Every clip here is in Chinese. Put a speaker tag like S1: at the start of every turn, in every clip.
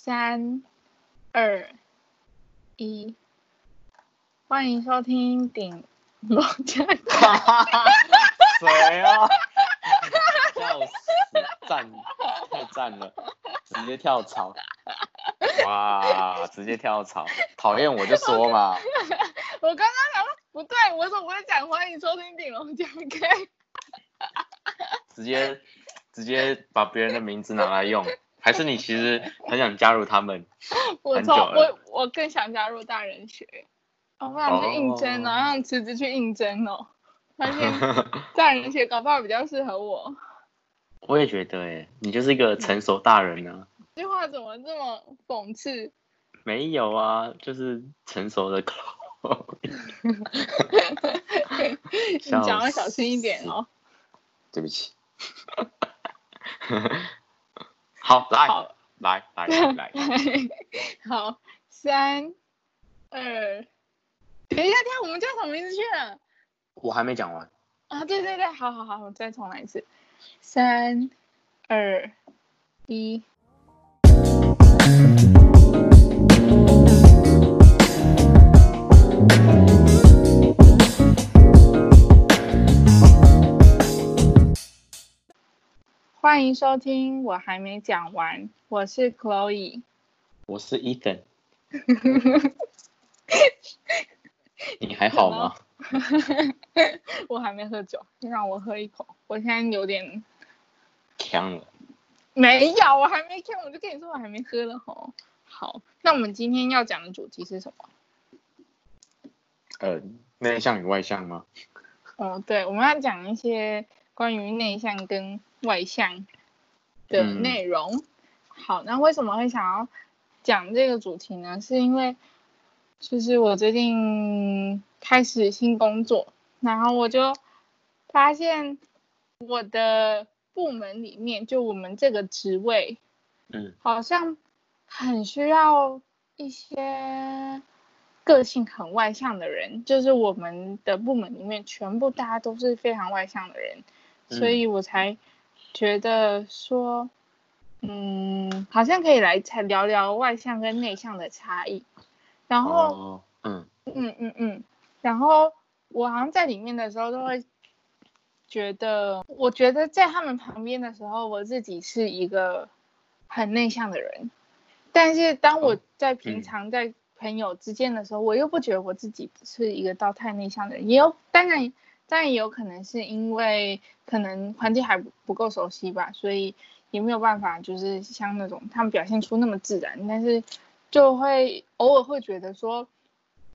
S1: 三、二、一，欢迎收听顶楼加盖。
S2: 哈哈哈， 谁啊？笑死，赞，太赞了，直接跳槽，哇，直接跳槽，讨厌我就说嘛，
S1: 我刚刚想说不对，我怎么会讲欢迎收听顶楼加盖？
S2: 直接直接把别人的名字拿来用，还是你其实很想加入他们？
S1: 我
S2: 很
S1: 从
S2: 久了
S1: 我我更想加入大人学，哦我想去应征哦，
S2: 哦
S1: 我想辞职去应征哦。发现大人学搞不好比较适合我。
S2: 我也觉得哎，你就是一个成熟大人啊呢、
S1: 这话怎么这么讽 刺？
S2: 没有啊，就是成熟的
S1: 你讲话小心一点哦。
S2: 对不起。好，来
S1: 好，
S2: 来 来来来，
S1: 好，三、二，等一下，等一下，我们叫什么名字去了？
S2: 我还没讲完。
S1: 啊，对对对，好好好，我再重来一次，三、二、一。欢迎收听，我还没讲完，我是 Chloe。
S2: 我是 Ethan，你还好吗？
S1: 我还没喝酒，先让我喝一口。我现在有点
S2: 强了，
S1: 没有，我还没看，我就跟你说我还没喝了吼。好，那我们今天要讲的主题是什么？
S2: 呃，内向与外向吗？
S1: 哦，对，我们要讲一些关于内向跟外向的
S2: 嗯
S1: 内容。好，那为什么会想要讲这个主题呢？是因为就是我最近开始新工作，然后我就发现我的部门里面，就我们这个职位，
S2: 嗯，
S1: 好像很需要一些个性很外向的人，就是我们的部门里面全部大家都是非常外向的人，
S2: 嗯
S1: 所以我才觉得说，嗯，好像可以来才聊聊外向跟内向的差异。然后，
S2: 哦，嗯，
S1: 嗯嗯嗯，然后我好像在里面的时候都会觉得，我觉得在他们旁边的时候，我自己是一个很内向的人，但是当我
S2: 哦
S1: 在平
S2: 嗯
S1: 常在朋友之间的时候，我又不觉得我自己是一个到太内向的人，也有当然当然也有可能是因为可能环境还不不够熟悉吧，所以也没有办法就是像那种他们表现出那么自然，但是就会偶尔会觉得说，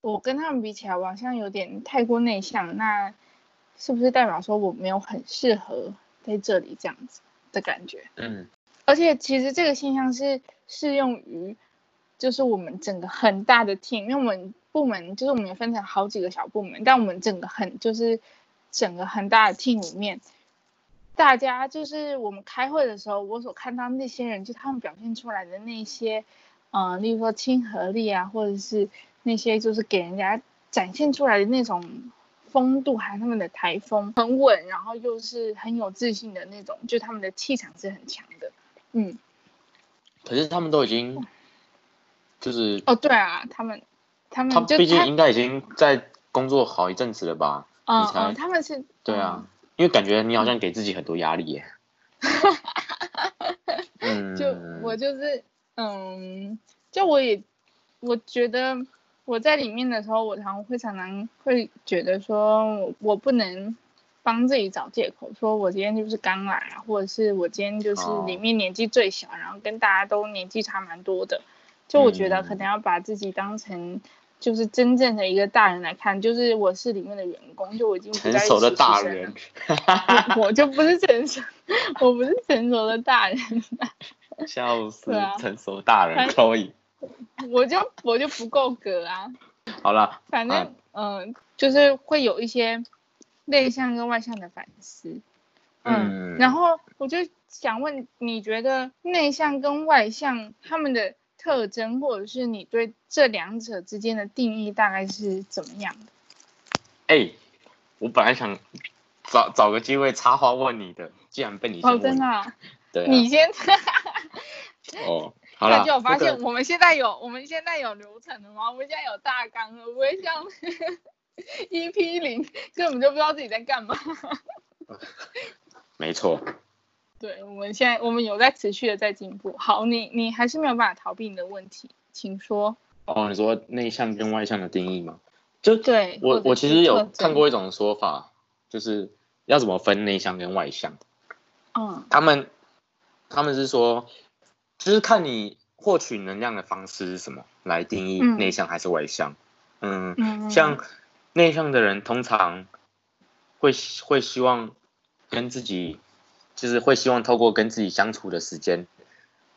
S1: 我跟他们比起来，我好像有点太过内向，那是不是代表说我没有很适合在这里这样子的感觉？
S2: 嗯，
S1: 而且其实这个现象是适用于，就是我们整个很大的 team，因为我们部门就是我们也分成好几个小部门，但我们整个很就是整个很大的 team 里面，大家就是我们开会的时候，我所看到那些人，就他们表现出来的那些，呃，例如说亲和力啊，或者是那些就是给人家展现出来的那种风度，还有他们的台风很稳，然后又是很有自信的那种，就他们的气场是很强的。嗯，
S2: 可是他们都已经，就是
S1: 哦，对啊，他们，他们
S2: 他
S1: 就
S2: 毕竟
S1: 他，
S2: 应该已经在工作好一阵子了吧？
S1: 嗯
S2: 你才
S1: 嗯，他们是，
S2: 对啊，因为感觉你好像给自己很多压力 耶。嗯，
S1: 嗯，就我就是，嗯，就我也，我觉得我在里面的时候，我常会常常会觉得说，我我不能帮自己找借口，说我今天就是刚来啊，或者是我今天就是
S2: 哦
S1: 里面年纪最小，然后跟大家都年纪差蛮多的，就我觉得可
S2: 嗯
S1: 能要把自己当成。就是真正的一个大人来看，就是我是里面的员工，就我已经不
S2: 成
S1: 再是
S2: 熟的
S1: 实习
S2: 大
S1: 生了
S2: 人，
S1: 我就不是成熟，我不是成熟的大人，
S2: 笑死
S1: 对啊，
S2: 成熟大人
S1: 反
S2: Chloe。
S1: 我就我就不够格啊。
S2: 好了，
S1: 反正嗯、就是会有一些内向跟外向的反思。嗯，
S2: 嗯
S1: 然后我就想问，你觉得内向跟外向他们的特征，或者是你对这两者之间的定义大概是怎么样的？
S2: 哎、我本来想找找个机会插话问你的，既然被你先
S1: 哦，
S2: 问，
S1: 真的啊、
S2: 对啊、
S1: 你先，
S2: 哦，好
S1: 感
S2: 了，
S1: 觉我发
S2: 这个
S1: 现我们现在有我们现在有流程了吗？我们现在有大纲了，不会像 EP 零根本就不知道自己在干嘛。
S2: 没错，
S1: 对，我们现在我们有在持续的在进步。好，你你还是没有办法逃避你的问题，请说。
S2: 哦，你说内向跟外向的定义吗？就
S1: 对，或
S2: 我
S1: 者
S2: 我
S1: 是
S2: 其实有
S1: 特征
S2: 看，过一种说法，就是要怎么分内向跟外向。
S1: 嗯
S2: 他们他们是说，就是看你获取能量的方式是什么来定义
S1: 嗯
S2: 内向还是外向。嗯，
S1: 嗯，
S2: 像内向的人通常会希会希望跟自己，就是会希望透过跟自己相处的时间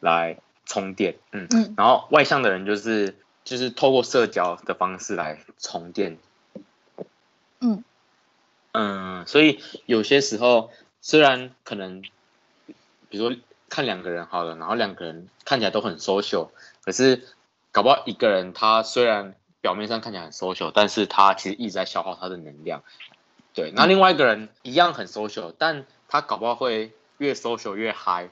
S2: 来充电。嗯，
S1: 嗯
S2: 然后外向的人就是就是透过社交的方式来充电。
S1: 嗯
S2: 嗯，所以有些时候虽然可能，比如说看两个人好了，然后两个人看起来都很 social，可是搞不好一个人他虽然表面上看起来很 social，但是他其实一直在消耗他的能量。对，
S1: 嗯
S2: 那另外一个人一样很 social，但他搞不好会越 social 越嗨。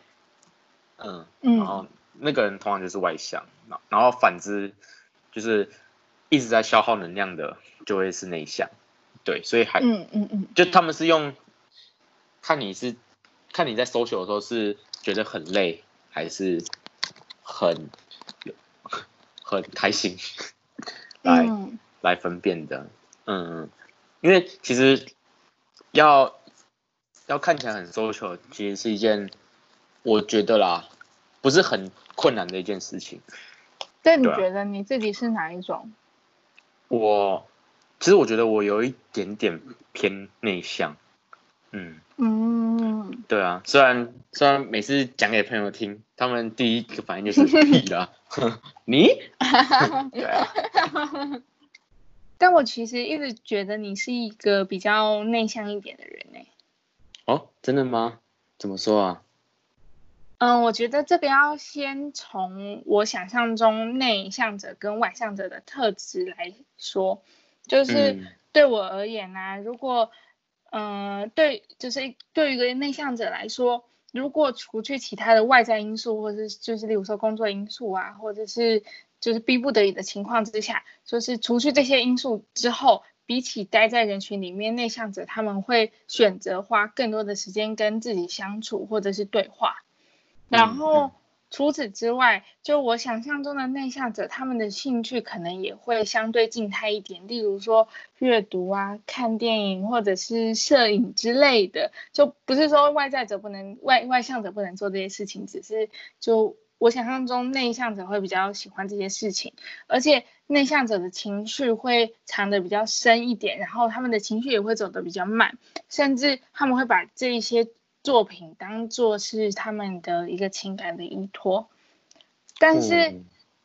S2: 嗯，然
S1: 嗯
S2: 后那个人通常就是外向，然然后反之就是一直在消耗能量的就会是内向，对，所以还、
S1: 嗯嗯嗯，
S2: 就他们是用看你是看你在 social 的时候是觉得很累还是很 很开心来、
S1: 嗯
S2: 来分辨的，嗯，因为其实要要看起来很 social，其实是一件我觉得啦不是很困难的一件事情。
S1: 但你
S2: 对啊
S1: 觉得你自己是哪一种？
S2: 我其实我觉得我有一点点偏内向，嗯，
S1: 嗯，
S2: 对啊，虽然虽然每次讲给朋友听，他们第一个反应就是屁啦， 你对啊，
S1: 但我其实一直觉得你是一个比较内向一点的人呢、
S2: 哦，真的吗？怎么说啊？
S1: 嗯，我觉得这个要先从我想象中内向者跟外向者的特质来说，就是
S2: 嗯
S1: 对我而言呢、如果嗯、呃对，就是对于一个内向者来说，如果除去其他的外在因素，或者是就是例如说工作因素啊，或者是就是逼不得已的情况之下，就是除去这些因素之后，比起待在人群里面，内向者他们会选择花更多的时间跟自己相处或者是对话。然
S2: 嗯
S1: 后
S2: 嗯
S1: 除此之外，就我想象中的内向者，他们的兴趣可能也会相对静态一点，例如说阅读啊、看电影或者是摄影之类的。就不是说外在者不能外外向者不能做这些事情，只是就我想象中内向者会比较喜欢这些事情，而且内向者的情绪会藏得比较深一点，然后他们的情绪也会走得比较慢，甚至他们会把这一些作品当做是他们的一个情感的依托。但是
S2: 嗯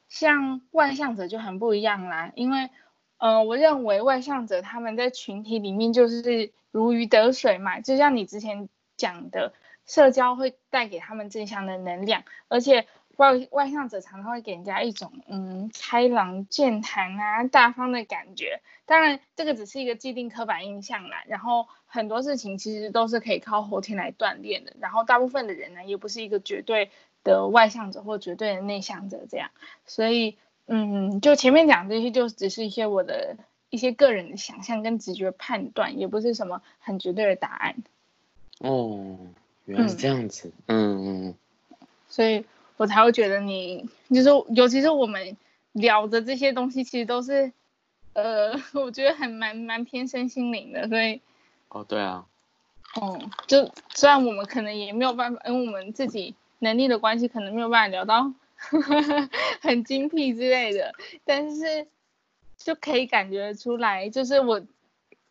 S1: 像外向者就很不一样啦，因为呃，我认为外向者他们在群体里面就是如鱼得水嘛，就像你之前讲的，社交会带给他们正向的能量，而且外外向者常常会给人家一种嗯开朗、健谈啊、大方的感觉。当然，这个只是一个既定刻板印象啦。然后很多事情其实都是可以靠后天来锻炼的。然后大部分的人呢，也不是一个绝对的外向者或绝对的内向者这样。所以，嗯，就前面讲这些，就只是一些我的一些个人的想象跟直觉判断，也不是什么很绝对的答案。
S2: 哦，原来是这样子，嗯嗯
S1: 所以我才会觉得你，就是尤其是我们聊的这些东西，其实都是，呃， 我觉得很蛮蛮偏身心灵的，所以，
S2: 哦对啊，
S1: 哦、就虽然我们可能也没有办法，因为我们自己能力的关系，可能没有办法聊到 很精辟之类的，但是就可以感觉出来，就是我。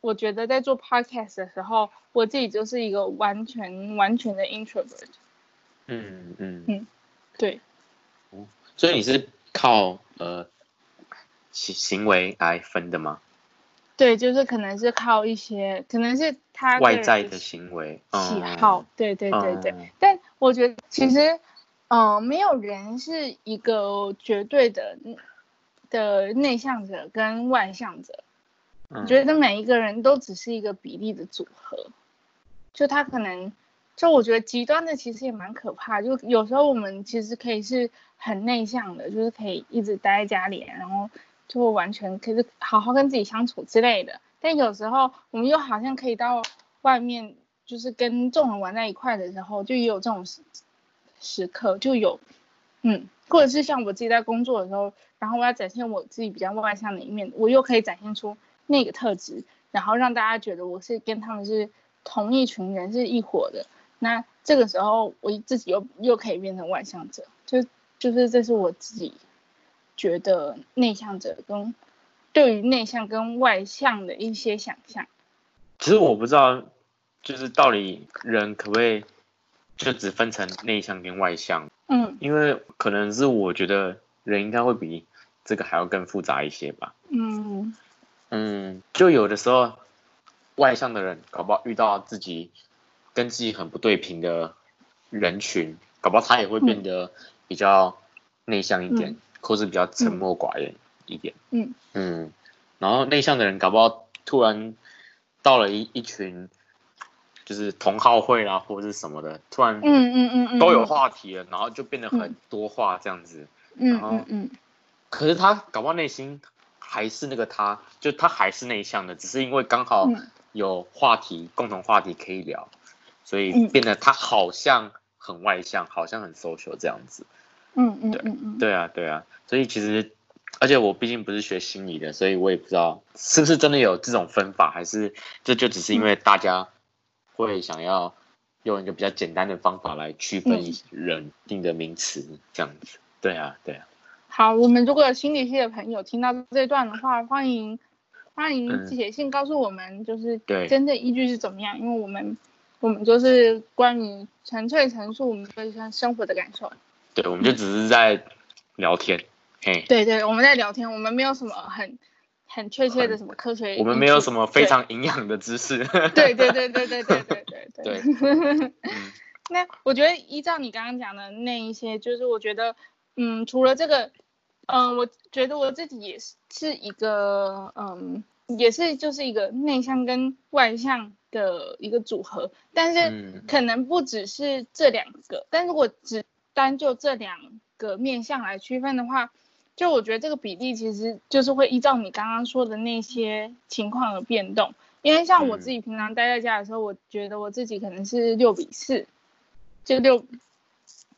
S1: 我觉得在做 podcast 的时候，我自己就是一个完全完全的 introvert，
S2: 嗯嗯
S1: 嗯对，
S2: 所以你是靠呃行行为来分的吗？
S1: 对，就是可能是靠一些，可能是他个
S2: 外
S1: 人
S2: 在
S1: 的
S2: 的行为，
S1: 喜
S2: 嗯
S1: 好，，对对对对。
S2: 嗯
S1: 但我觉得其实，呃，没有人是一个绝对的嗯的内向者跟外向者，
S2: 嗯
S1: 我觉得每一个人都只是一个比例的组合，就他可能就我觉得极端的其实也蛮可怕，就有时候我们其实可以是很内向的，就是可以一直待在家里，然后就完全可以好好跟自己相处之类的。但有时候我们又好像可以到外面，就是跟众人玩在一块的时候，就也有这种时时刻，就有嗯，或者是像我自己在工作的时候，然后我要展现我自己比较外向的一面，我又可以展现出那个特质，然后让大家觉得我是跟他们是同一群人，是一伙的。那这个时候我自己又又可以变成外向者，就就是这是我自己觉得内向者跟对于内向跟外向的一些想象。
S2: 其实我不知道，就是到底人可不可以就只分成内向跟外向，
S1: 嗯
S2: 因为可能是我觉得人应该会比这个还要更复杂一些吧。
S1: 嗯
S2: 嗯，就有的时候外向的人，搞不好遇到自己跟自己很不对平的人群，搞不好他也会
S1: 嗯
S2: 变得比较内向一点，或是比较沉默寡言一点。
S1: 嗯
S2: 嗯，然后内向的人搞不好突然到了一一群就是同好会啦，或者是什么的，突然
S1: 嗯嗯嗯嗯，
S2: 都有话题了，然后就变得很
S1: 嗯
S2: 多话这样子。
S1: 嗯，
S2: 然后
S1: 嗯嗯
S2: 可是他搞不好内心还是那个他，就他还是内向的，只是因为刚好
S1: 嗯
S2: 有话题、共同话题可以聊，所以
S1: 嗯
S2: 变得他好像很外向，好像很 social 这样子。
S1: 嗯嗯嗯嗯，
S2: 对啊，对啊，所以其实，而且我毕竟不是学心理的，所以我也不知道是不是真的有这种分法，还是这就只是因为大家会想要用一个比较简单的方法来区分
S1: 嗯
S2: 人定的名词这样子。对啊，对啊。
S1: 好，我们如果有心理系的朋友听到这段的话，欢迎欢迎
S2: 嗯
S1: 写信告诉我们，就是
S2: 对
S1: 真正依据是怎么样，因为我们我们就是关于纯粹陈述我们对生生活的感受。
S2: 对，我们就只是在聊天，嘿，
S1: 对对，我们在聊天，我们没有什么很很确切的什么科学，
S2: 我们没有什么非。常营养的知 识。
S1: 对对对对对对对对
S2: 对
S1: 对。
S2: 嗯
S1: 那我觉得依照你刚刚讲的那一些，就是我觉得，嗯，除了这个，嗯、我觉得我自己也是是一个，嗯，也是就是一个内向跟外向的一个组合，但是
S2: 嗯
S1: 可能不只是这两个，但如果只单就这两个面向来区分的话，就我觉得这个比例其实就是会依照你刚刚说的那些情况而变动。因为像我自己平常待在家的时候，我觉得我自己可能是六比四，就六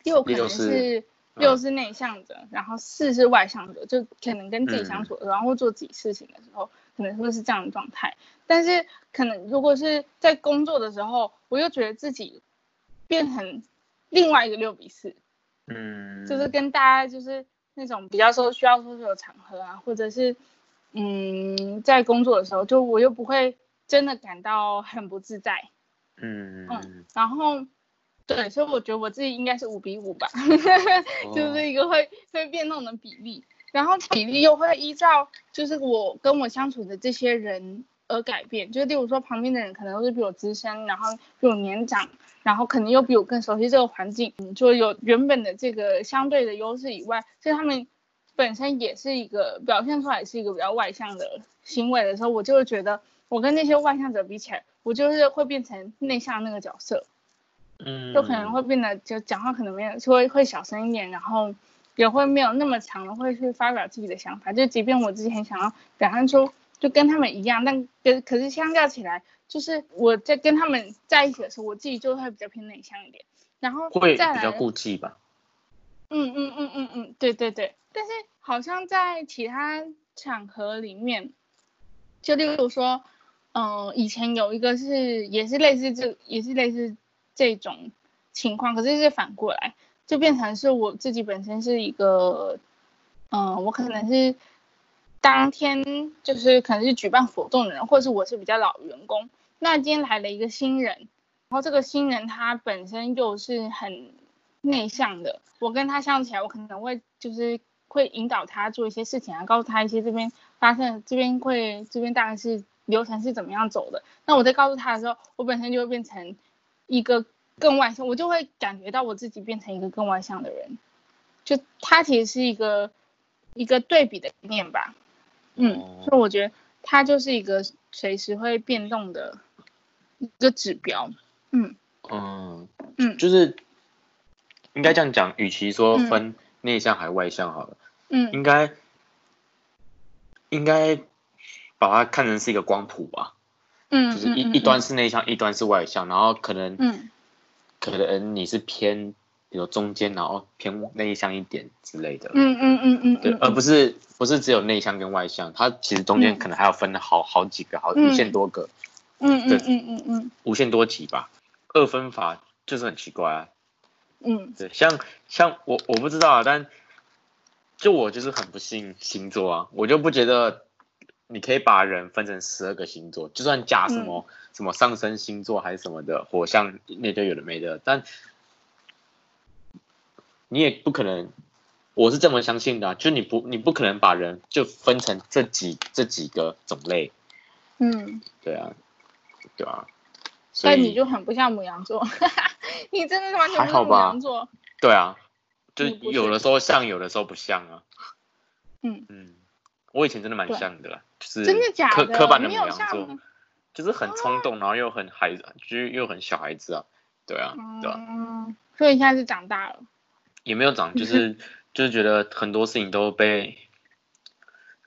S1: 六可能是嗯六是内向者，然后四是外向者，就可能跟自己相处的时候，然后做自己事情的时候，可能会是这样的状态。但是可能如果是在工作的时候，我又觉得自己变成另外一个六比四，
S2: 嗯，
S1: 就是跟大家就是那种比较说需要说的场合啊，或者是嗯在工作的时候，就我又不会真的感到很不自在，
S2: 嗯，
S1: 嗯然后对，所以我觉得我自己应该是五比五吧，
S2: 嗯哦
S1: 就是一个会会变动的比例，然后比例又会依照就是我跟我相处的这些人而改变，就例如说旁边的人可能都是比我资深，然后比我年长，然后可能又比我更熟悉这个环境，嗯就有原本的这个相对的优势以外，就他们本身也是一个表现出来是一个比较外向的行为的时候，我就会觉得我跟那些外向者比起来，我就是会变成内向那个角色，
S2: 嗯，
S1: 就可能会变得就讲话可能没有，就会会小声一点，然后也会没有那么强的会去发表自己的想法。就即便我之前想要表现出就跟他们一样，但跟可是相较起来，就是我在跟他们在一起的时候，我自己就会比较偏内向一点。然后
S2: 会
S1: 再
S2: 比
S1: 来
S2: 较顾忌吧。
S1: 嗯嗯嗯嗯嗯，对对对，但是好像在其他场合里面，就例如说，嗯、以前有一个是也是类似这也是类似这种情况，可是是反过来，就变成是我自己本身是一个，嗯、我可能是当天就是可能是举办活动的人，或是我是比较老员工，那今天来了一个新人，然后这个新人他本身又是很内向的，我跟他相处起来，我可能会就是会引导他做一些事情啊，告诉他一些这边发生这边会这边大概是流程是怎么样走的。那我在告诉他的时候，我本身就会变成一个更外向，我就会感觉到我自己变成一个更外向的人。就他其实是一个一个对比的概念吧，嗯，
S2: 哦
S1: 所以我觉得它就是一个随时会变动的一个指标。嗯
S2: 嗯，
S1: 嗯
S2: 就是应该这样讲，与其说
S1: 嗯
S2: 分内向还外向好了，
S1: 嗯
S2: 应该应该把它看成是一个光谱吧，
S1: 嗯，
S2: 就是一
S1: 嗯
S2: 一端，是内向，一端是外向，然后可能
S1: 嗯
S2: 可能你是偏比如中间，然后偏内向一点之类的，
S1: 嗯嗯嗯嗯，
S2: 对，
S1: 嗯
S2: 呃而不是不是只有内向跟外向，它其实中间
S1: 嗯
S2: 可能还要分好好几个，好
S1: 嗯
S2: 无限多个，
S1: 嗯
S2: 对
S1: 嗯嗯嗯
S2: 无限多级吧。二分法就是很奇怪啊，
S1: 嗯
S2: 对，像像我我不知道啊，但就我就是很不信星座啊，我就不觉得你可以把人分成十二个星座，就算加
S1: 嗯
S2: 什么、什么上升星座还是什么的火象那堆有的没的，但你也不可能，我是这么相信的啊、就你不你不可能把人就分成这几这几个种类，
S1: 嗯嗯，
S2: 对啊，对啊，所
S1: 但
S2: 以
S1: 你就很不像母羊座， 你真的是完全
S2: 还
S1: 不
S2: 好
S1: 是母
S2: 吧
S1: 羊座，
S2: 对啊，就
S1: 你不
S2: 有
S1: 是
S2: 的时候像，有的时候不像啊。
S1: 嗯
S2: 嗯，我以前真的蛮
S1: 对
S2: 像的啦，就是
S1: 真的假
S2: 刻
S1: 的
S2: 刻板的母
S1: 你有
S2: 羊
S1: 像啊
S2: 座
S1: 吗，
S2: 就是很冲动，然后又很孩子，就是又很小孩子啊，对啊，对啊，
S1: 嗯，所以现在是长大了，
S2: 也没有长， 就是就是觉得很多事情都被，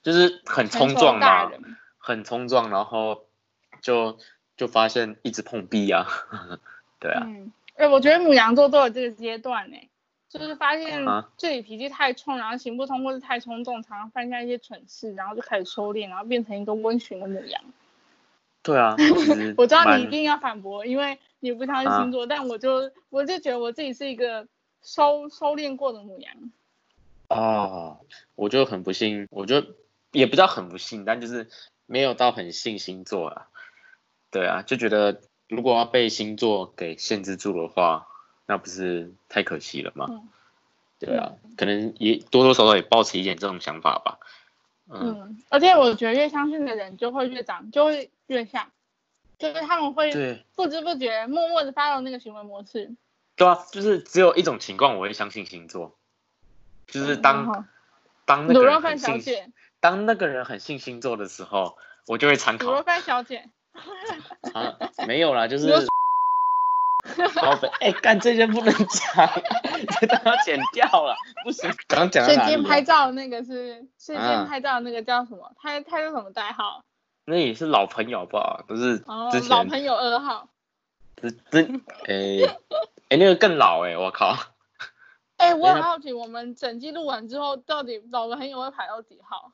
S2: 就是很
S1: 成
S2: 冲
S1: 熟
S2: 撞
S1: 大
S2: 嘛，
S1: 人，
S2: 很冲撞，然后就就发现一直碰壁啊， 对啊，
S1: 嗯，哎，我觉得母羊座都有这个阶段呢、就是发现
S2: 啊
S1: 自己脾气太冲，然后行不通或是太冲动，常常犯下一些蠢事，然后就开始收敛，然后变成一个温驯的母羊。
S2: 对 啊，其实
S1: 我知道你一
S2: 蛮
S1: 定要反驳，因为你不相信
S2: 啊
S1: 星座，但我就我就觉得我自己是一个收收敛过的母羊。
S2: 哦，我就很不幸，我就也不知道很不幸，但就是没有到很信星座啊。对啊，就觉得如果要被星座给限制住的话，那不是太可惜了吗？
S1: 嗯
S2: 对啊，可能也多多少少也抱持一点这种想法吧。嗯，
S1: 嗯，而且我觉得越相信的人就会越长，就会越像，就是他们会
S2: 对，
S1: 不知不觉默默的发动那个行为模式。
S2: 对啊，就是只有一种情况我会相信星座，就是
S1: 然后
S2: 当当那
S1: 嗯卤
S2: 个
S1: 肉
S2: 人
S1: 饭
S2: 很
S1: 小
S2: 信，
S1: 姐，
S2: 当那个人很信星座的时候，我就会参
S1: 卤肉
S2: 考
S1: 饭小姐，
S2: 啊，没 有啦，就。
S1: 你就是
S2: 老本，哎、干这些不能讲，这都要剪掉了，不行。刚刚讲
S1: 所以今
S2: 到哪
S1: 天
S2: 里、
S1: 拍
S2: 啊？
S1: 照的那个是，是今天
S2: 啊
S1: 拍照的那个叫什么？他他是什么代号？
S2: 那也是老朋友好不好？都是
S1: 哦
S2: 之，
S1: 老
S2: 前，
S1: 朋友二号。
S2: 之之，哎、哎、那个更老哎、我靠，
S1: 哎、我
S2: 等一
S1: 很
S2: 下
S1: 好奇，我们整季录完之后，到底老朋友会排到几号？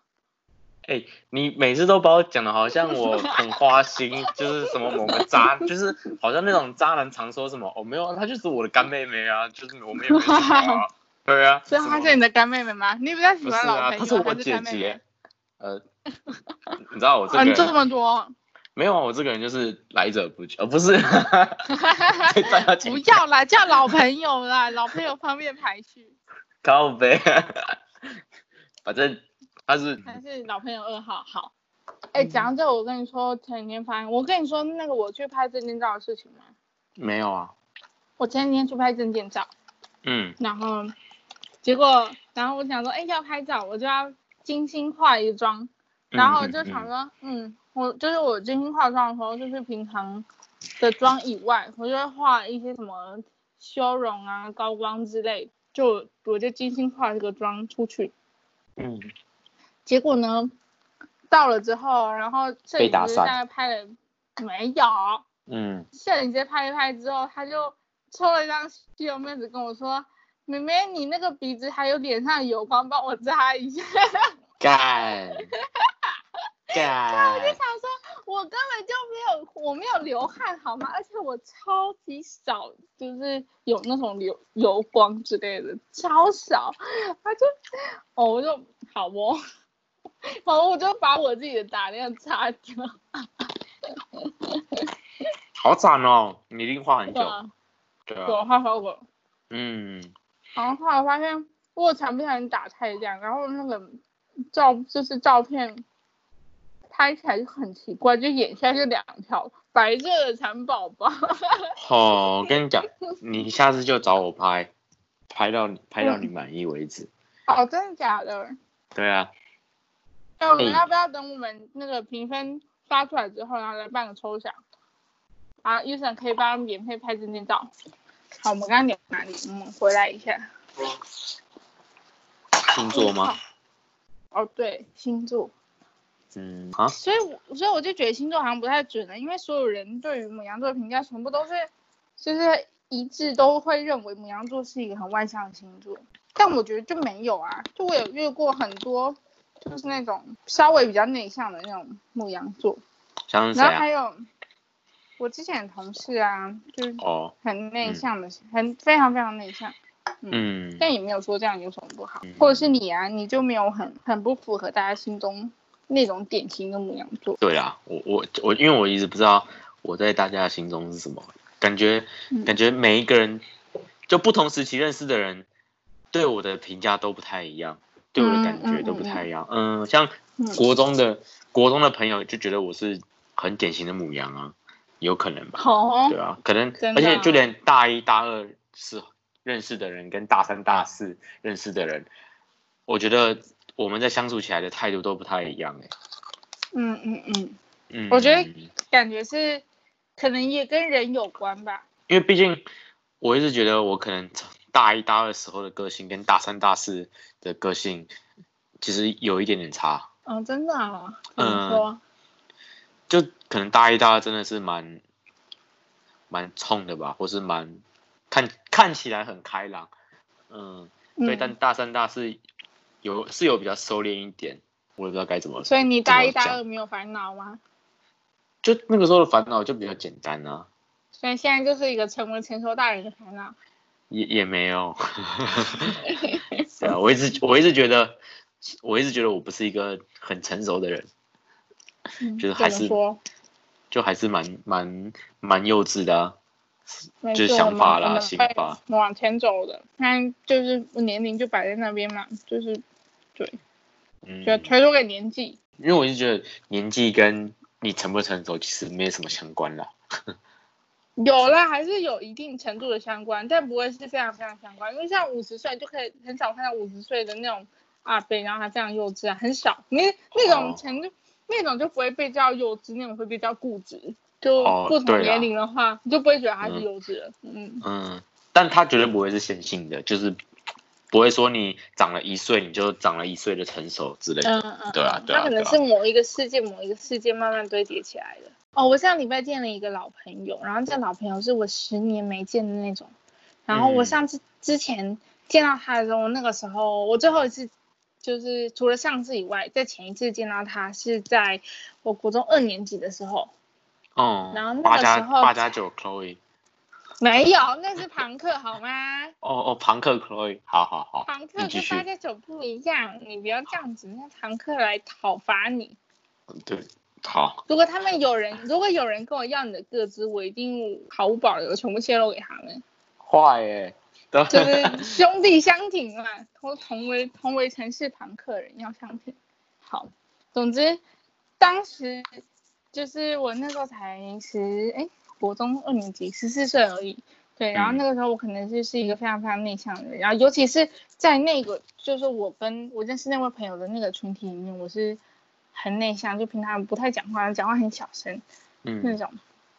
S2: 哎、你每次都把我讲的好像我很花心， 就是什么某个渣，就是好像那种渣男常说什么哦没有啊，她就是我的干妹妹啊，就是我们也没什么 啊，对啊，
S1: 所以
S2: 什
S1: 她
S2: 么
S1: 是你的干妹妹吗？你比较喜
S2: 不是
S1: 欢老
S2: 啊，
S1: 朋友
S2: 她是我
S1: 还是
S2: 姐
S1: 干妹妹
S2: 姐？，呃，你知道我这
S1: 啊，
S2: 个
S1: 你
S2: 人
S1: 这么多，
S2: 没有，啊我这个人就是来者不拒，呃，不是， 这段要剪
S1: 不要啦，叫老朋友啦，老朋友方便排序，
S2: 靠背，反正他是
S1: 还是老朋友二号好？哎、
S2: 嗯
S1: 讲到这，我跟你说，前几天发现，我跟你说那个我去拍证件照的事情吗？
S2: 没有啊，
S1: 我前几天去拍证件照，
S2: 嗯
S1: 然后结果，然后我想说，哎、要拍照，我就要精心化一妆，
S2: 嗯
S1: 然后我就想
S2: 说，
S1: 说，嗯，我就是我精心化妆的时候，就是平常的妆以外，我就会画一些什么修容啊、高光之类，就我就精心化这个妆出去。
S2: 嗯
S1: 结果呢，到了之后，然后摄
S2: 被
S1: 影
S2: 打
S1: 师
S2: 散
S1: 大概拍了没有，
S2: 嗯，
S1: 摄影师拍一拍之后，他就抽了一张西游妹子跟我说：“妹妹，你那个鼻子还有脸上的油光，帮我擦一下。”
S2: 干
S1: 我就
S2: 干
S1: 想说，我根本就没有，我没有流汗好吗？而且我超级少，就是有那种流油光之类的，超少。他就，哦，我就好哦，好，我就把我自己的打量擦掉，
S2: 好惨哦，你一定画很
S1: 对
S2: 久，
S1: 吧？
S2: 对
S1: 对
S2: 啊，
S1: 我画好我，
S2: 嗯，
S1: 然后后来发现卧蚕不小心打太亮，然后那个照就是照片拍起来就很奇怪，就眼下就两条白热的蚕宝宝。
S2: 好，我跟你讲，你下次就找我拍，拍到你拍到你满意为止，
S1: 哦，真的假的？
S2: 对啊，
S1: 哎，我们
S2: 哎
S1: 要不要等我们那个评分发出来之后，然后来办个抽奖？啊，医生可以帮他们免费拍证件照。好，我们刚刚聊哪里？我们回来一下。
S2: 星座吗？
S1: 哦，对，星座。
S2: 嗯啊，
S1: 所以我，所以我就觉得星座好像不太准了，因为所有人对于母羊座的评价全部都是，就是一致都会认为母羊座是一个很外向的星座，但我觉得就没有啊，就我有遇过很多，就是那种稍微比较内向的那种母羊座，
S2: 像是谁
S1: 然后
S2: 啊
S1: 还？有我之前的同事啊，就是
S2: 哦，
S1: 很内向的，很非常非常内向，
S2: 嗯，
S1: 但也没有说这样有什么不好
S2: 嗯，
S1: 或者是你啊，你就没有很很不符合大家心中那种典型的母羊座。
S2: 对啦，我我我，因为我一直不知道我在大家的心中是什么，感觉
S1: 嗯
S2: 感觉每一个人，就不同时期认识的人，对我的评价都不太一样，对我的感觉都不太一样。嗯，像
S1: 嗯
S2: 国中的国中的朋友就觉得我是很典型的母羊啊，有可能吧？
S1: 好、
S2: 对啊，可能
S1: 哦真的
S2: 而
S1: 啊
S2: 且就连大一大二是认识的人，跟大三大四认识的人，我觉得我们在相处起来的态度都不太一样哎、
S1: 嗯嗯嗯，
S2: 嗯，
S1: 我觉得感觉是可能也跟人有关吧。
S2: 因为毕竟我一直觉得我可能大一大二时候的个性跟大三大四的个性其实有一点点差，
S1: 哦，真的啊？怎
S2: 嗯
S1: 么说？
S2: 就可能大一大二真的是蛮蛮冲的吧，或是蛮看看起来很开朗，嗯，对，但大三大四有是有比较收敛一点，我也不知道该怎么，
S1: 所以你大一
S2: 怎
S1: 大
S2: 么讲
S1: 二没有烦恼吗？
S2: 就那个时候的烦恼就比较简单啊，
S1: 所以现在就是一个成为成熟大人的烦恼。
S2: 也也没有， 对啊，我一直我一直觉得，我一直觉得我不是一个很成熟的人，
S1: 嗯
S2: 就
S1: 怎
S2: 是还
S1: 么
S2: 是
S1: 说？
S2: 就还是蛮蛮蛮幼稚的、啊，
S1: 没
S2: 就是
S1: 事
S2: 想
S1: 我们
S2: 法
S1: 我
S2: 啦
S1: 们
S2: 想
S1: 会
S2: 法
S1: 往前走的，但就是年龄就摆在那边嘛，就是
S2: 嗯，
S1: 就推脱给年纪。
S2: 因为我就觉得年纪跟你成不成熟其实没什么相关啦。
S1: 有啦，还是有一定程度的相关，但不会是非常非常相关，因为像五十岁就可以很少看到五十岁的那种阿伯，然后他非常幼稚啊，很少。那那
S2: 哦
S1: 种程度，那种就不会被叫幼稚，那种会被叫固执。就
S2: 哦
S1: 不同
S2: 对啦
S1: 年龄的话，你就不会觉得他是幼稚了。嗯，
S2: 嗯，但他绝对不会是线性的，就是不会说你长了一岁你就长了一岁的成熟之类
S1: 嗯
S2: 的。
S1: 嗯，
S2: 对啊对啊
S1: 他可能
S2: 对啊
S1: 是某一个事件，某一个事件慢慢堆叠起来的。哦，我上礼拜见了一个老朋友，然后这老朋友是我十年没见的那种，然后我
S2: 嗯
S1: 上次之前见到他的时候，那个时候我最后一次就是除了上次以外，在前一次见到他是在我国中二年级的时候，
S2: 哦、
S1: 然后那个
S2: 八加
S1: 时候
S2: 八加九 Chloe，
S1: 没有，那是朋克好吗？
S2: 哦哦，庞克 Chloe，好好好，
S1: 朋克
S2: 你继
S1: 跟八
S2: 续，
S1: 加九不一样，你不要这样子，让朋克来讨伐你。
S2: 对，好，
S1: 如果他们有人，如果有人跟我要你的个资，我一定毫无保留，全部泄露给他们，
S2: 坏哎、欸，
S1: 就是兄弟相挺嘛，同同为同为城市旁客人要相挺。好，总之当时就是我那时候才十哎国中二年级，十四岁而已。对，然后
S2: 嗯
S1: 那个时候我可能就是一个非常非常内向的人，然后尤其是在那个就是我跟我认识那位朋友的那个群体里面，我是很内向，就平常不太讲话，讲话很小声，那
S2: 嗯
S1: 种，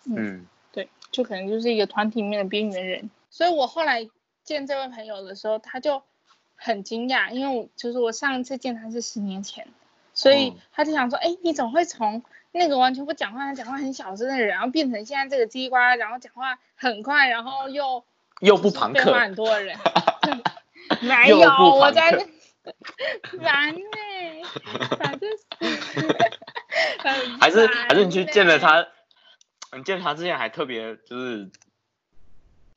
S2: 嗯
S1: 对，就可能就是一个团体里面的边缘人。所以我后来见这位朋友的时候，他就很惊讶，因为我就是我上一次见他是十年前，所以
S2: 嗯
S1: 他就想说，哎、你怎么会从那个完全不讲话、讲话很小声的人，然后变成现在这个叽里呱啦，然后讲话很快，然后又
S2: 又不
S1: 就是
S2: 庞
S1: 废话
S2: 克，
S1: 很多 的人？没
S2: 又
S1: 有，
S2: 不朋
S1: 我在
S2: 克
S1: 那烦呢、反正 很
S2: 还是
S1: 烦
S2: 还是你去见了
S1: 欸
S2: 他，你见他之前还特别就是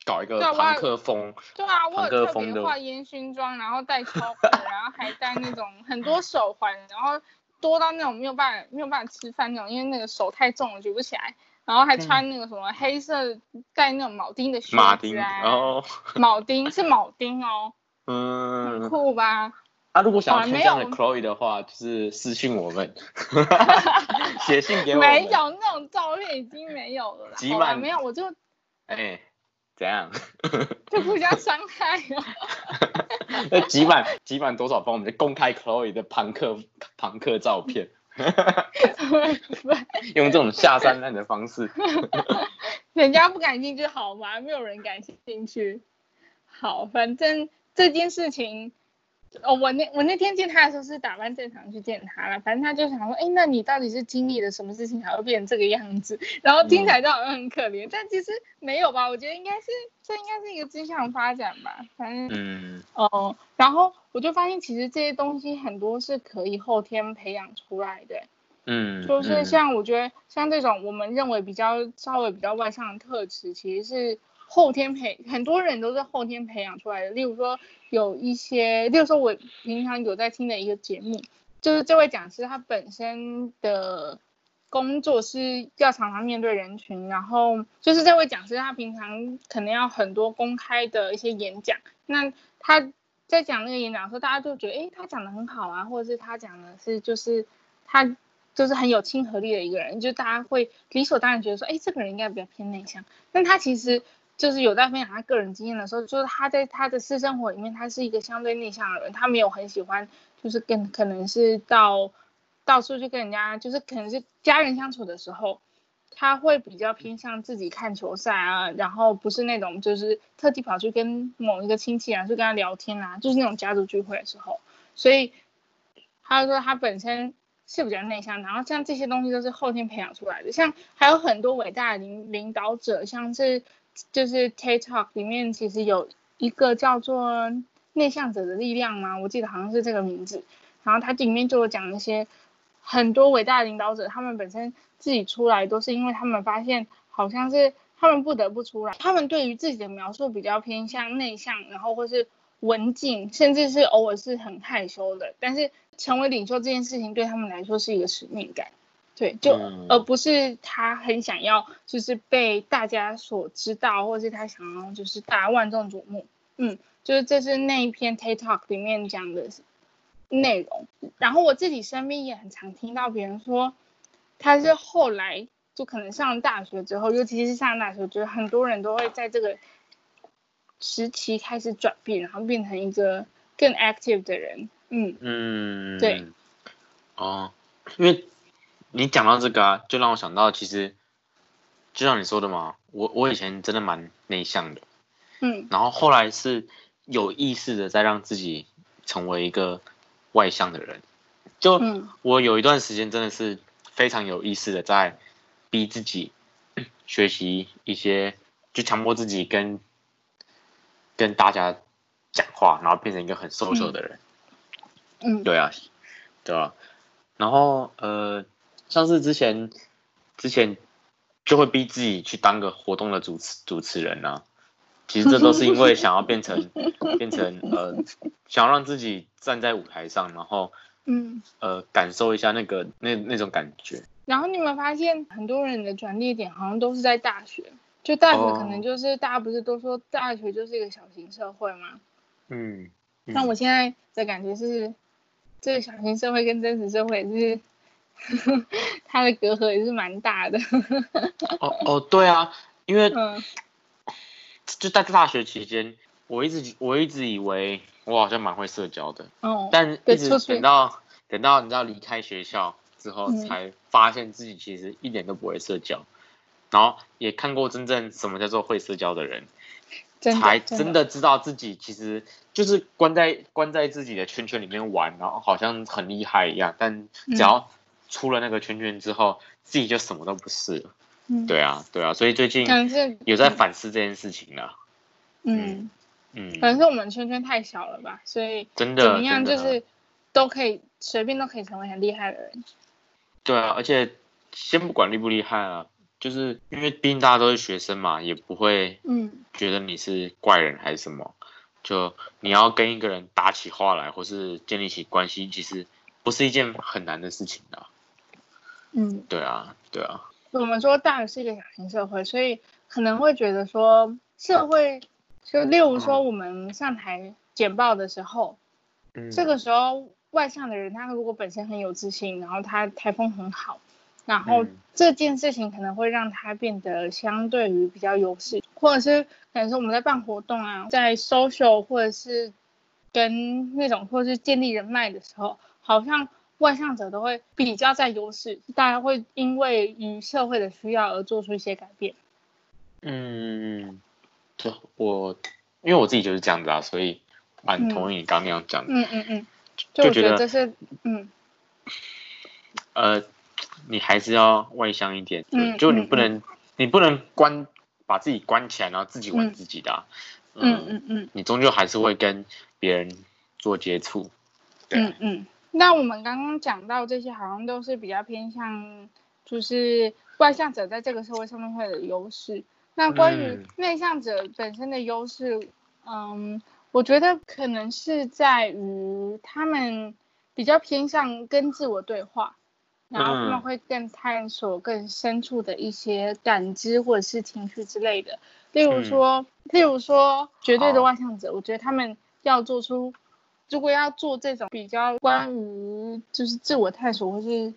S2: 搞一个
S1: 对啊我
S2: 庞克风，
S1: 对啊，我
S2: 朋
S1: 有
S2: 克
S1: 特
S2: 风
S1: 别
S2: 的
S1: 化烟熏妆，然后戴超 环，然后还戴那种很多手环，然后多到那种没有办法没有办法吃饭那种，因为那个手太重了举不起来，然后还穿那个什么黑色带那种铆钉的靴子、啊，
S2: 马丁，然后
S1: 铆钉是铆钉哦，很
S2: 嗯，
S1: 酷吧？
S2: 啊，如果想
S1: 啊
S2: 要看
S1: 没
S2: 这样的
S1: 有
S2: Chloe 的话，就是私信 我们，写信给我们，
S1: 没，有那种照片已经没有了啦，
S2: 集
S1: 好吧
S2: 满
S1: 没有我就
S2: 哎，怎样？
S1: 就互相伤害哦了。
S2: 那集 满集满多少帮我们公开 Chloe 的庞克庞克照 片，用这种下三滥的方式，
S1: 人家不感兴趣好吗？没有人感兴趣。好，反正这件事情，哦，我那我那天见他的时候是打扮正常去见他了，反正他就想说，哎，那你到底是经历了什么事情才会变成这个样子？然后听起来就好像很可怜，但其实没有吧？我觉得应该是这应该是一个正向发展吧，反正
S2: 嗯，
S1: 哦，然后我就发现其实这些东西很多是可以后天培养出来的，
S2: 嗯，
S1: 就是
S2: 嗯
S1: 像我觉得像这种我们认为比较稍微比较外向的特质，其实是后天培很多人都是后天培养出来的。例如说有一些，例如说我平常有在听的一个节目，就是这位讲师他本身的工作是要常常面对人群，然后就是这位讲师他平常可能要很多公开的一些演讲，那他在讲那个演讲的时候，大家就觉得，诶，他讲的很好啊，或者是他讲的是就是他就是很有亲和力的一个人，就大家会理所当然觉得说，诶，这个人应该比较偏内向。但他其实就是有在分享他个人经验的时候，就是他在他的私生活里面，他是一个相对内向的人，他没有很喜欢，就是跟可能是到到处去跟人家，就是可能是家人相处的时候，他会比较偏向自己看球赛啊，然后不是那种就是特地跑去跟某一个亲戚啊去跟他聊天啊，就是那种家族聚会的时候，所以他就说他本身是比较内向，然后像这些东西都是后天培养出来的，像还有很多伟大的领领导者，像是就是 TED Talk 里面其实有一个叫做内向者的力量嘛，我记得好像是这个名字，然后它里面就有讲一些很多伟大的领导者，他们本身自己出来都是因为他们发现好像是他们不得不出来，他们对于自己的描述比较偏向内向，然后或是文静，甚至是偶尔是很害羞的，但是成为领袖这件事情对他们来说是一个使命感，对，就
S2: 嗯
S1: 而不是他很想要就是被大家所知道，或是他想要就是大家万众瞩目，嗯，就是这是那一篇 TED Talk 里面讲的内容。然后我自己身边也很常听到别人说，他是后来就可能上了大学之后，尤其是上了大学之后，很多人都会在这个时期开始转变，然后变成一个更 active 的人。嗯，
S2: 嗯，
S1: 对，
S2: 哦，因为你讲到这个啊，就让我想到，其实就像你说的嘛，我我以前真的蛮内向的，
S1: 嗯
S2: 然后后来是有意识的在让自己成为一个外向的人。就
S1: 嗯
S2: 我有一段时间真的是非常有意识的在逼自己 学习一些，就强迫自己跟跟大家讲话，然后变成一个很 social 的人。
S1: 嗯
S2: 对啊，对啊。然后呃，像是之前之前就会逼自己去当个活动的主持主持人啊。其实这都是因为想要 变成变成呃，想要让自己站在舞台上，然后
S1: 嗯。
S2: 呃感受一下那个那那种感觉。
S1: 然后你有没有发现，很多人的转捩点好像都是在大学？就大学
S2: 哦
S1: 可能就是、大家不是都说大学就是一个小型社会吗？
S2: 嗯，
S1: 那我现在的感觉是，这个小型社会跟真实社会是， 它的隔阂也是蛮大的。
S2: 哦哦对啊，因为
S1: 嗯
S2: 就在大学期间，我一直我一直以为我好像蛮会社交的，
S1: 哦，
S2: 但
S1: 对
S2: 一直
S1: 出去
S2: 等到等到你知道离开学校之后，
S1: 嗯
S2: 才发现自己其实一点都不会社交，然后也看过真正什么叫做会社交的人，
S1: 真
S2: 才
S1: 的
S2: 真
S1: 的
S2: 的知道自己其实就是关在关在自己的圈圈里面玩，然后好像很厉害一样，但
S1: 嗯
S2: 只要出了那个圈圈之后，自己就什么都不是了。
S1: 嗯，
S2: 对啊，对啊，所以最近
S1: 可能是
S2: 有在反思这件事情了。
S1: 嗯，可能
S2: 嗯，
S1: 是我们圈圈太小了吧，所以
S2: 真
S1: 怎
S2: 的，
S1: 么样
S2: 真
S1: 就
S2: 的
S1: 是都可以随便都可以成为很厉害的人。
S2: 对啊，而且先不管厉不厉害啊，就是因为毕竟大家都是学生嘛，也不会
S1: 嗯
S2: 觉得你是怪人还是什么。就你要跟一个人打起话来，或是建立起关系，其实不是一件很难的事情啊。
S1: 嗯。
S2: 对啊，对啊，
S1: 我们说大学是一个小型社会，所以可能会觉得说社会，就例如说我们上台简报的时候，
S2: 嗯，
S1: 这个时候外向的人，他如果本身很有自信，然后他台风很好，然后
S2: 嗯
S1: 这件事情可能会让他变得相对于比较优势，或者是可能是我们在办活动啊，在 social 或者是跟那种或者是建立人脉的时候，好像外向者都会比较在优势，大家会因为与社会的需要而做出一些改变。
S2: 嗯，对我，因为我自己就是这样子啊，所以蛮同意你刚刚那样讲的。
S1: 嗯嗯嗯，
S2: 就
S1: 就我
S2: 觉
S1: 觉得
S2: 得
S1: 这是，嗯
S2: 呃，你还是要外向一点，
S1: 嗯
S2: 就你
S1: 嗯
S2: 不能，你不能关把自己关起来，然后自己玩
S1: 嗯
S2: 自己的、啊。
S1: 嗯嗯嗯
S2: 你终究还是会跟别人做接触。对啊
S1: 嗯嗯。那我们刚刚讲到这些，好像都是比较偏向，就是外向者在这个社会上面会有的优势。那关于
S2: 嗯
S1: 内向者本身的优势，嗯，我觉得可能是在于他们比较偏向跟自我对话，然后他们
S2: 嗯
S1: 会更探索更深处的一些感知或者是情绪之类的。例如
S2: 嗯
S1: 说，例如说，绝对的
S2: 好
S1: 外向者，我觉得他们要做出，如果要做这种比较关于就是自我探索或是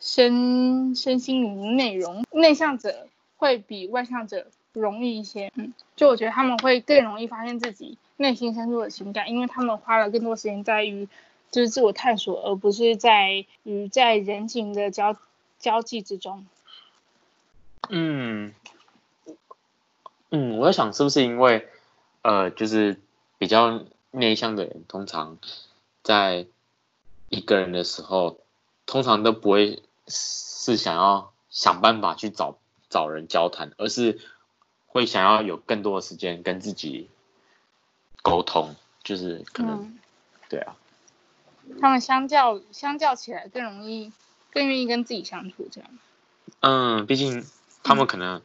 S1: 身身心灵的内容，内向者会比外向者容易一些。嗯，就我觉得他们会更容易发现自己内心深处的情感，因为他们花了更多时间在于就是自我探索，而不是在于在人情的交交际之中。
S2: 嗯，嗯，我在想是不是因为，呃，就是比较内向的人，通常在一个人的时候，通常都不会是想要想办法去找找人交谈，而是会想要有更多的时间跟自己沟通，就是可能、
S1: 嗯，
S2: 对啊，
S1: 他们相较相较起来更容易，更愿意跟自己相处这样。
S2: 嗯，毕竟他们可能、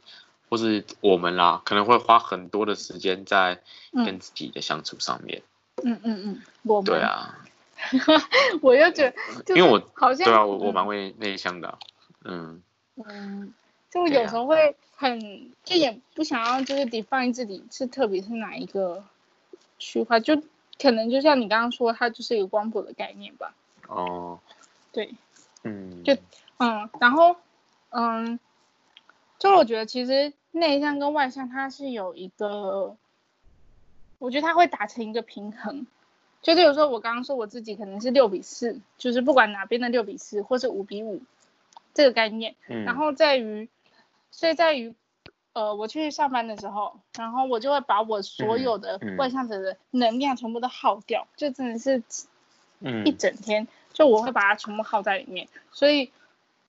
S2: 或是我们啦，可能会花很多的时间在跟
S1: 嗯
S2: 自己的相处上面，
S1: 嗯嗯嗯，我们
S2: 对，啊。嗯
S1: 我就觉得，就是
S2: 因为我
S1: 好像
S2: 对啊，我我
S1: 嗯
S2: 蛮会内向的啊、嗯
S1: 嗯，就
S2: 对
S1: 有
S2: 啊
S1: 时候会很，就也不想要就是 define 自己是特别是哪一个区块，就可能就像你刚刚说，它就是一个光谱的概念吧。
S2: 哦，
S1: 对，
S2: 嗯，
S1: 就嗯，然后嗯，就我觉得其实内向跟外向它是有一个，我觉得它会达成一个平衡。就比如说我刚刚说我自己可能是六比四，就是不管哪边的六比四或是五比五这个概念，
S2: 嗯
S1: 然后在于，所以在于，呃，我去上班的时候，然后我就会把我所有的
S2: 嗯嗯
S1: 外向者的能量全部都耗掉，就真的是一
S2: 嗯
S1: 整天，就我会把它全部耗在里面。所以，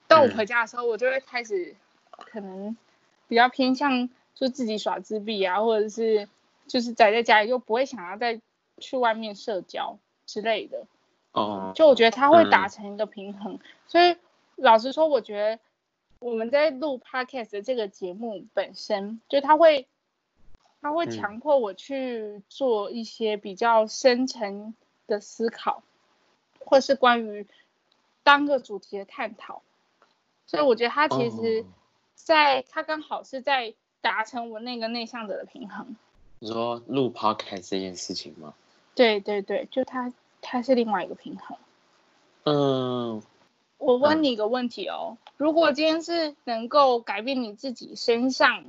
S1: 当我回家的时候，我就会开始可能比较偏向就自己耍自闭啊，或者是就是宅在家里，就不会想要再去外面社交之类的。
S2: 哦，
S1: 就我觉得它会达
S2: 嗯
S1: 成一个平衡。所以老实说，我觉得我们在录 podcast 的这个节目本身，就它会它会
S2: 嗯
S1: 强迫我去做一些比较深层的思考，或是关于单个主题的探讨。所以我觉得它其实
S2: 哦
S1: 在，它刚好是在达成我那个内向者的平衡。
S2: 你说录 podcast 这件事情吗？
S1: 对对对，就它它是另外一个平衡。
S2: 嗯
S1: 我问
S2: 嗯
S1: 你一个问题哦，如果今天是能够改变你自己身上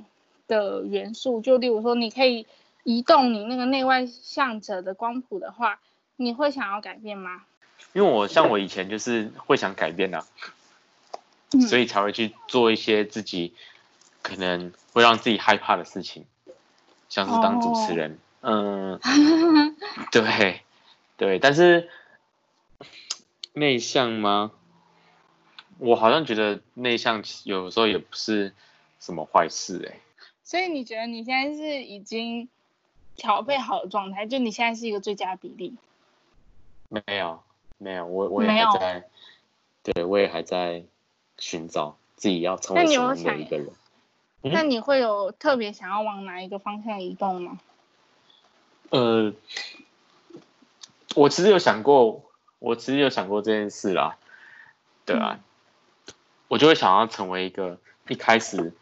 S1: 的元素，就例如说你可以移动你那个内外向者的光谱的话，你会想要改变吗？
S2: 因为我像我以前就是会想改变的啊、
S1: 嗯
S2: 所以才会去做一些自己可能会让自己害怕的事情，像是当主持人， 嗯，对对，但是内向吗？我好像觉得内向有时候也不是什么坏事哎、
S1: 所以你觉得你现在是已经调配好的状态，就你现在是一个最佳比例。
S2: 没有，没有，我我也
S1: 没有
S2: 还在，对我也还在寻找自己要成
S1: 那
S2: 为
S1: 你
S2: 什
S1: 有
S2: 么样的
S1: 想
S2: 一个人。嗯
S1: 那你会有特别想要往哪一个方向移动吗？
S2: 呃，我其实有想过，我其实有想过这件事啦，对
S1: 嗯
S2: 啊，我就会想要成为一个一开始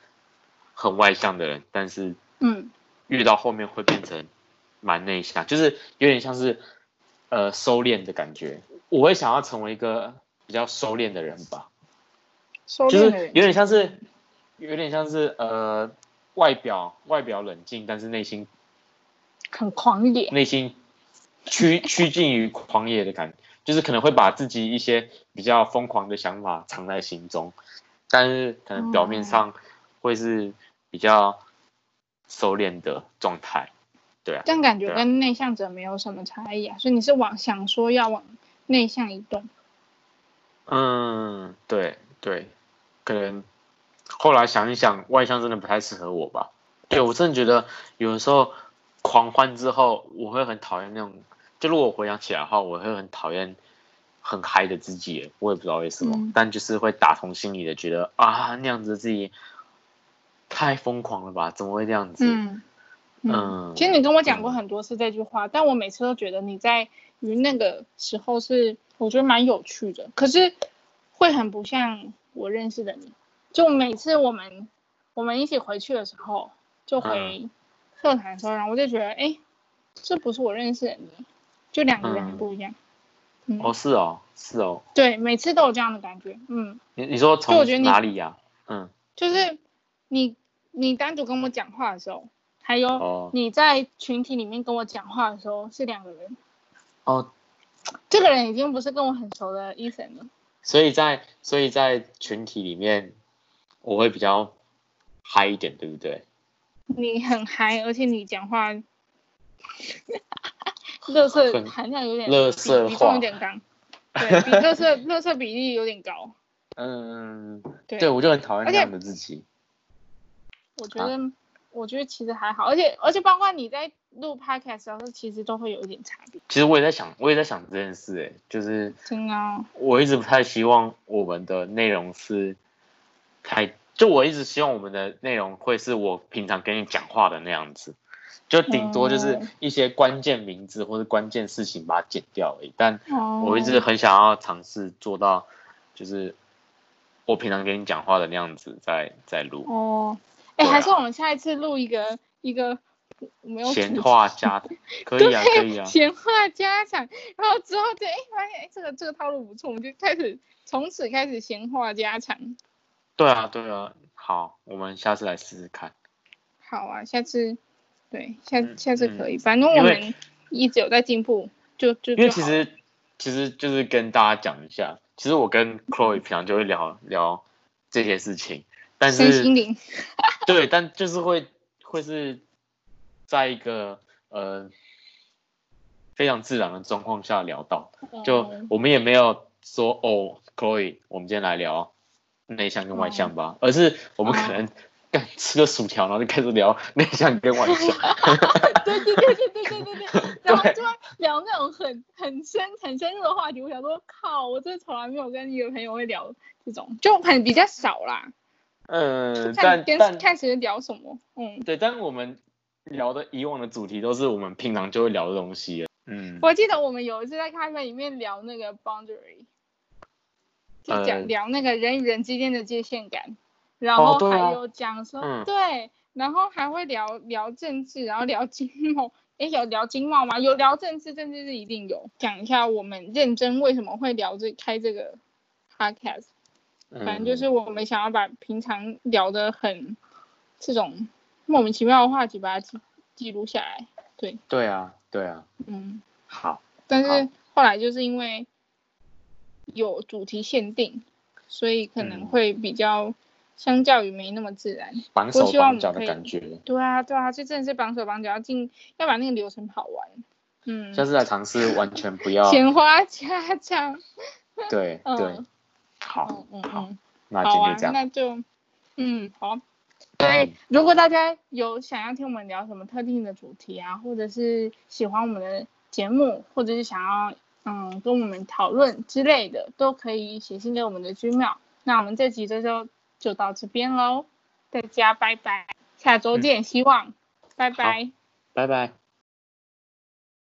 S2: 很外向的人，但是
S1: 嗯
S2: 越到后面会变成蛮内向，就是有点像是呃收敛的感觉。我会想要成为一个比较收敛的人吧。
S1: 收
S2: 就是
S1: 敛的
S2: 有
S1: 人
S2: 点像是，有点像是呃，外表外表冷静，但是内心
S1: 很狂野。
S2: 内心趋 趋近于狂野的感觉，就是可能会把自己一些比较疯狂的想法藏在心中，但是可能表面上会是比较收敛的状态。对啊，
S1: 但感觉
S2: 对啊
S1: 跟内向者没有什么差异啊，所以你是往想说要往内向移动，
S2: 嗯，对对，可能后来想一想，外向真的不太适合我吧。对我真的觉得有的时候狂欢之后，我会很讨厌那种，就如果我回想起来的话，我会很讨厌很嗨的自己，我也不知道为什么，
S1: 嗯
S2: 但就是会打从心里的觉得啊，那样子自己太疯狂了吧？怎么会这样子？
S1: 嗯
S2: 嗯
S1: 其实你跟我讲过
S2: 嗯
S1: 很多次这句话，但我每次都觉得你在于那个时候是我觉得蛮有趣的，可是会很不像我认识的你。就每次我们我们一起回去的时候，就
S2: 嗯
S1: 回社团的时候，然后我就觉得，哎，这不是我认识的你，就两个人很
S2: 嗯
S1: 不一样。嗯，
S2: 哦，是哦，是哦，
S1: 对，每次都有这样的感觉。嗯，
S2: 你你说
S1: 我
S2: 从
S1: 觉得你
S2: 哪里呀、嗯，
S1: 就是你你单独跟我讲话的时候，还有
S2: 哦
S1: 你在群体里面跟我讲话的时候是两个人。
S2: 哦，
S1: 这个人已经不是跟我很熟的 Eason 了。
S2: 所以在所以在群体里面，我会比较嗨一点，对不对？
S1: 你很嗨，而且你讲 话，乐色
S2: 很
S1: 含量有点，
S2: 垃圾
S1: 比比重
S2: 话
S1: 有点高，对比乐 色乐色比例有点高。
S2: 嗯，
S1: 对，
S2: 对，我就很讨厌
S1: 而
S2: 那
S1: 且
S2: 样的自己。
S1: 我觉
S2: 啊
S1: 得、我觉得其实还好，而且而且包括你在录 podcast 的时候，其实都会有一点差别。
S2: 其实我也在想，我也在想这件事、哎，就是
S1: 真的哦、
S2: 我一直不太希望我们的内容是太，就我一直希望我们的内容会是我平常跟你讲话的那样子，就顶多就是
S1: 嗯
S2: 一些关键名字或者关键事情把它剪掉而已，但
S1: 哦，
S2: 我一直很想要尝试做到，就是我平常跟你讲话的那样子在，在录
S1: 哦，哎、
S2: 对啊
S1: 还是我们下一次录一个一个没有主
S2: 闲
S1: 题
S2: 话家，可以啊，可以啊，
S1: 闲话家常，然后之后就哎发现哎这个这个套路不错，我们就开始从此开始闲话家常。
S2: 对啊，对啊，好，我们下次来试试看。
S1: 好啊，下次对下
S2: 嗯
S1: 下次可以，反
S2: 因
S1: 正我
S2: 为
S1: 们一直有在进步，就就
S2: 因为
S1: 就
S2: 其
S1: 好
S2: 实其实就是跟大家讲一下，其实我
S1: 嗯
S2: 跟 Chloe 平常就会聊聊这些事情，但
S1: 身心
S2: 是
S1: 灵
S2: 对，但就是会会是在一个呃非常自然的状况下聊到。就
S1: 嗯
S2: 我们也没有说哦，Chloe，我们今天来聊内向跟外向吧，
S1: 嗯
S2: 而是我们可能干吃个薯条，然后就开始 聊内向跟外向。
S1: 对对对对对对对对，然后
S2: 对
S1: 就会聊那种很很深很深入的话题。我想说，靠，我真的从来没有跟一个朋友会聊这种，就很比较少啦。
S2: 嗯，
S1: 看
S2: 但但
S1: 跟看谁聊什么，嗯。
S2: 对，但我们聊的以往的主题都是我们平常就会聊的东西了。嗯，
S1: 我记得我们有一次在咖啡里面聊那个 boundary，就讲、
S2: 呃
S1: 聊那个人与人之间的界限感，然
S2: 哦
S1: 后
S2: 对
S1: 还
S2: 啊
S1: 有讲说、
S2: 嗯
S1: 对，然后还会聊聊政治，然后聊经贸，诶，有聊经贸吗？有聊政治，政治是一定有。讲一下我们认真为什么会聊这开这个 podcast，反正就是
S2: 嗯
S1: 我们想要把平常聊的很这种莫名其妙的话题把它记记录下来，
S2: 对啊，对啊，
S1: 嗯。
S2: 好，
S1: 但是
S2: 好
S1: 后来就是因为有主题限定，所以可能
S2: 嗯
S1: 会比较相较于没那么自然。
S2: 绑
S1: 我
S2: 手
S1: 希望
S2: 绑脚
S1: 我们可
S2: 的
S1: 以
S2: 感觉。
S1: 对啊，对啊，就真的是绑手绑脚，要进要把那个流程跑完。嗯，
S2: 下次来尝试完全不要，
S1: 闲话家常。
S2: 对
S1: 嗯
S2: 对，好
S1: 嗯，嗯
S2: 好，
S1: 嗯，
S2: 那今
S1: 好啊
S2: 天，这样，嗯
S1: 那就嗯好。所以，如果大家有想要听我们聊什么特定的主题啊，或者是喜欢我们的节目，或者是想要嗯跟我们讨论之类的，都可以写信给我们的 Gmail。那我们这集这就就到这边
S2: 嗯
S1: 喽，大家拜拜，下周见，希望，拜拜。
S2: 拜拜。